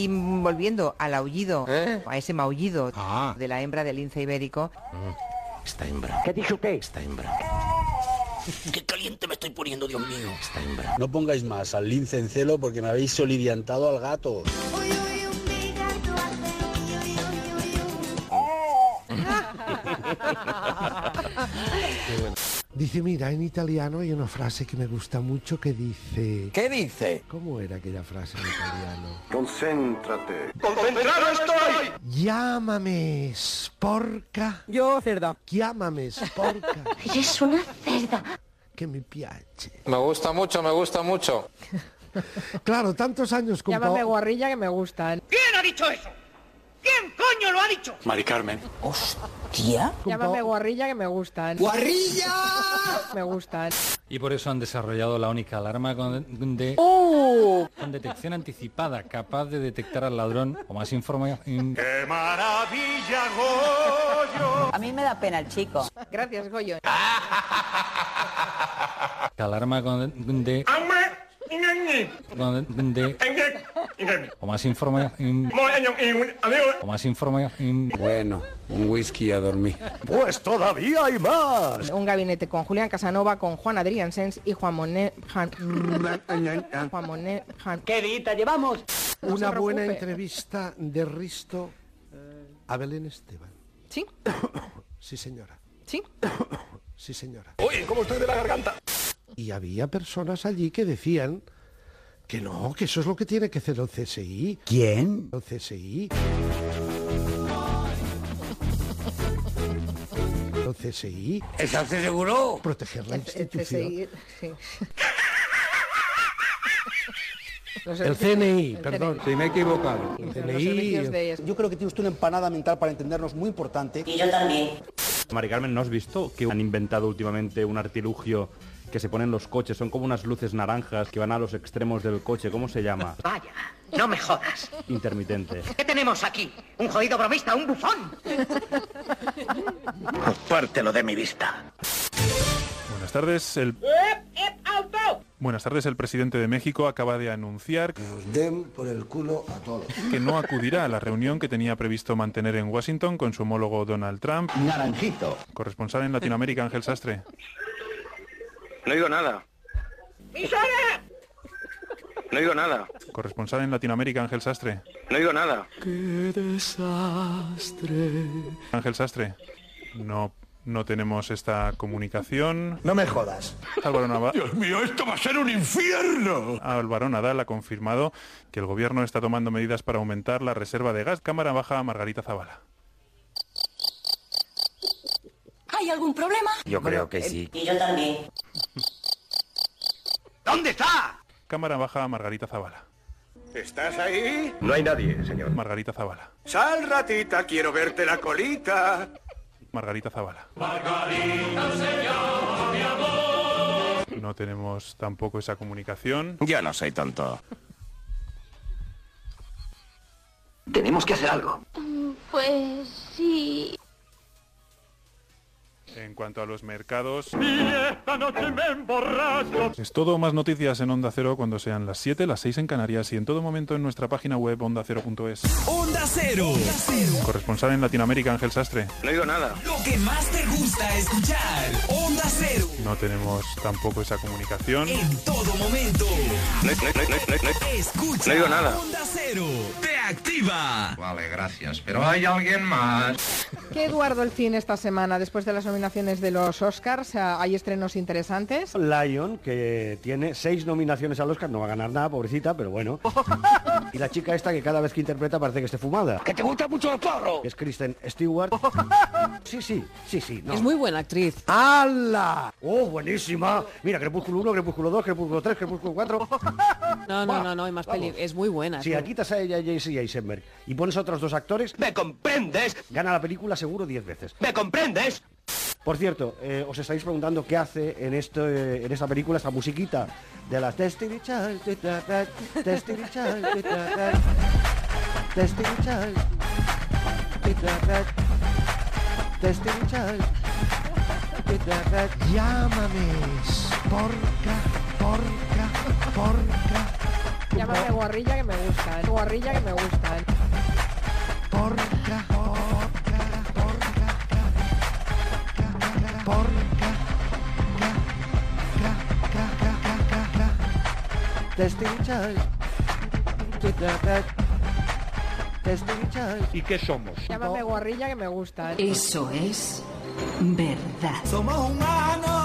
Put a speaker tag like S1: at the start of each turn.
S1: están volviendo al aullido,
S2: ¿Eh?
S1: a ese maullido
S2: Ah.
S1: de la hembra del lince ibérico.
S2: Esta hembra.
S3: ¿Qué dice usted?
S2: Esta hembra.
S4: Qué caliente me estoy poniendo, Dios mío.
S2: Esta hembra.
S5: No pongáis más al lince en celo porque me habéis soliviantado al gato.
S6: Dice, mira, en italiano hay una frase que me gusta mucho que dice...
S2: ¿Qué dice?
S6: ¿Cómo era aquella frase en italiano?
S7: Concéntrate.
S6: Llámame sporca,
S3: Yo, cerda.
S6: llámame sporca,
S8: Eres una cerda.
S6: que me piache.
S2: Me gusta mucho, me gusta mucho.
S6: Claro, tantos años con
S3: Llámame
S6: Pao-
S3: guarrilla que me gustan.
S7: Mari Carmen.
S4: Hostia.
S6: con
S3: Llámame
S6: Pao-
S3: guarrilla que me gustan.
S4: ¡Guarrilla!
S3: Me gustan.
S9: Y por eso han desarrollado la única alarma con, de- con detección anticipada, capaz de detectar al ladrón o más informa, in-
S10: A mí me da pena el chico.
S3: Gracias, Goyo.
S9: alarma con de, con de- o más informa, in- o más informa, in-
S5: Bueno, un whisky a dormir.
S3: Un gabinete con Julián Casanova, con Juan Adrián Sens y Juan Monet... Jan- Juan Monet... Jan-
S10: ¿Qué edita llevamos?
S3: No se
S6: Una buena
S3: preocupe.
S6: entrevista de Risto a Belén Esteban.
S3: Sí,
S6: Sí, señora.
S3: sí.
S6: Sí, señora. Oye, ¿cómo estoy de la garganta? Y había personas allí que decían que no, que eso es lo que tiene que hacer el CSI.
S10: ¿Quién?
S6: El CSI. El CSI.
S2: ¿Estás seguro?
S6: Proteger la institución.
S3: Sí, sí. Los
S6: El
S3: servicios-
S6: CNI,
S3: el
S6: perdón.
S3: CNI.
S6: Si me he equivocado. El
S3: Los
S6: CNI.
S3: servicios de-
S5: Yo creo que tiene usted una empanada mental para entendernos muy importante.
S10: Y yo también.
S7: Mari Carmen, ¿no has visto que han inventado últimamente un artilugio que se ponen los coches? Son como unas luces naranjas que van a los extremos del coche. ¿Cómo se llama?
S4: Vaya, no me jodas.
S7: Intermitente.
S4: ¿Qué tenemos aquí? ¿Un jodido bromista? ¿Un bufón? Apártelo de mi vista.
S11: Buenas tardes, el... Buenas tardes, el presidente de México acaba de anunciar
S5: Nos den por el culo a todos.
S11: que no acudirá a la reunión que tenía previsto mantener en Washington con su homólogo Donald Trump.
S7: Naranjito.
S11: Corresponsal en Latinoamérica, Ángel Sastre.
S7: No digo nada. No digo nada.
S11: Corresponsal en Latinoamérica, Ángel Sastre.
S7: No digo nada.
S11: Ángel Sastre. No, no tenemos esta comunicación.
S5: No me jodas.
S11: Álvaro Nava-
S7: Dios mío, esto va a ser un infierno.
S11: Álvaro Nadal ha confirmado que el gobierno está tomando medidas para aumentar la reserva de gas. Cámara baja a Margarita Zavala.
S8: ¿Hay algún problema?
S2: Yo creo que sí.
S10: Y yo también.
S7: ¿Dónde está?
S11: Cámara baja a Margarita Zavala.
S7: ¿Estás ahí? No hay nadie, señor.
S11: Margarita Zavala.
S7: Sal, ratita, quiero verte la colita.
S11: Margarita Zavala. No tenemos tampoco esa comunicación.
S7: Yo no soy tonto.
S4: Tenemos que hacer algo.
S8: Pues sí.
S11: En cuanto a los mercados... Es todo más noticias en Onda Cero cuando sean las 7, las 6 en Canarias y en todo momento en nuestra página web ondacero.es.
S4: Onda Cero.
S11: Corresponsal en Latinoamérica, Ángel Sastre.
S7: No digo nada.
S4: Lo que más te gusta escuchar. Onda Cero.
S11: No tenemos tampoco esa comunicación.
S4: En todo momento.
S7: No, no, no, no, no, no.
S4: Escucha.
S7: No digo nada.
S4: Onda Cero. Te activa.
S2: Vale, gracias. Pero hay alguien más.
S3: Que Eduardo Elfín esta semana, después de las nominaciones de los Oscars, ah, hay estrenos interesantes. Lion, que tiene seis nominaciones al Oscar, no va a ganar nada, pobrecita, pero bueno. y la chica esta que cada vez que interpreta parece que esté fumada. ¡Que te gusta mucho el porro! Es Kristen Stewart. sí, sí, sí, sí. Es muy buena actriz. ¡Hala! ¡Oh, buenísima! Mira, Crepúsculo 1, Crepúsculo 2, Crepúsculo 3, Crepúsculo 4. no, no, no, no, hay más peli. Es muy buena. Si aquí quitas a ella y Jesse Eisenberg y pones a otros dos actores,
S4: ¿Me comprendes?
S3: gana la película seguro 10 veces.
S4: ¿Me comprendes?
S3: Por cierto, eh, os estáis preguntando qué hace en esto, eh, en esta película esta musiquita de las Destiny Child, de ta, ta, Destiny Child, de ta, ta, Destiny Child, de ta, ta, Destiny Child, de ta, ta.
S6: Llámame porca, porca, porca.
S3: Llámame guarrilla que me gustan, guarrilla que me gustan.
S12: Testing child.
S6: ¿Y qué somos?
S11: Llámame guarrilla que me gusta.
S13: Eso es verdad.
S14: Somos humanos.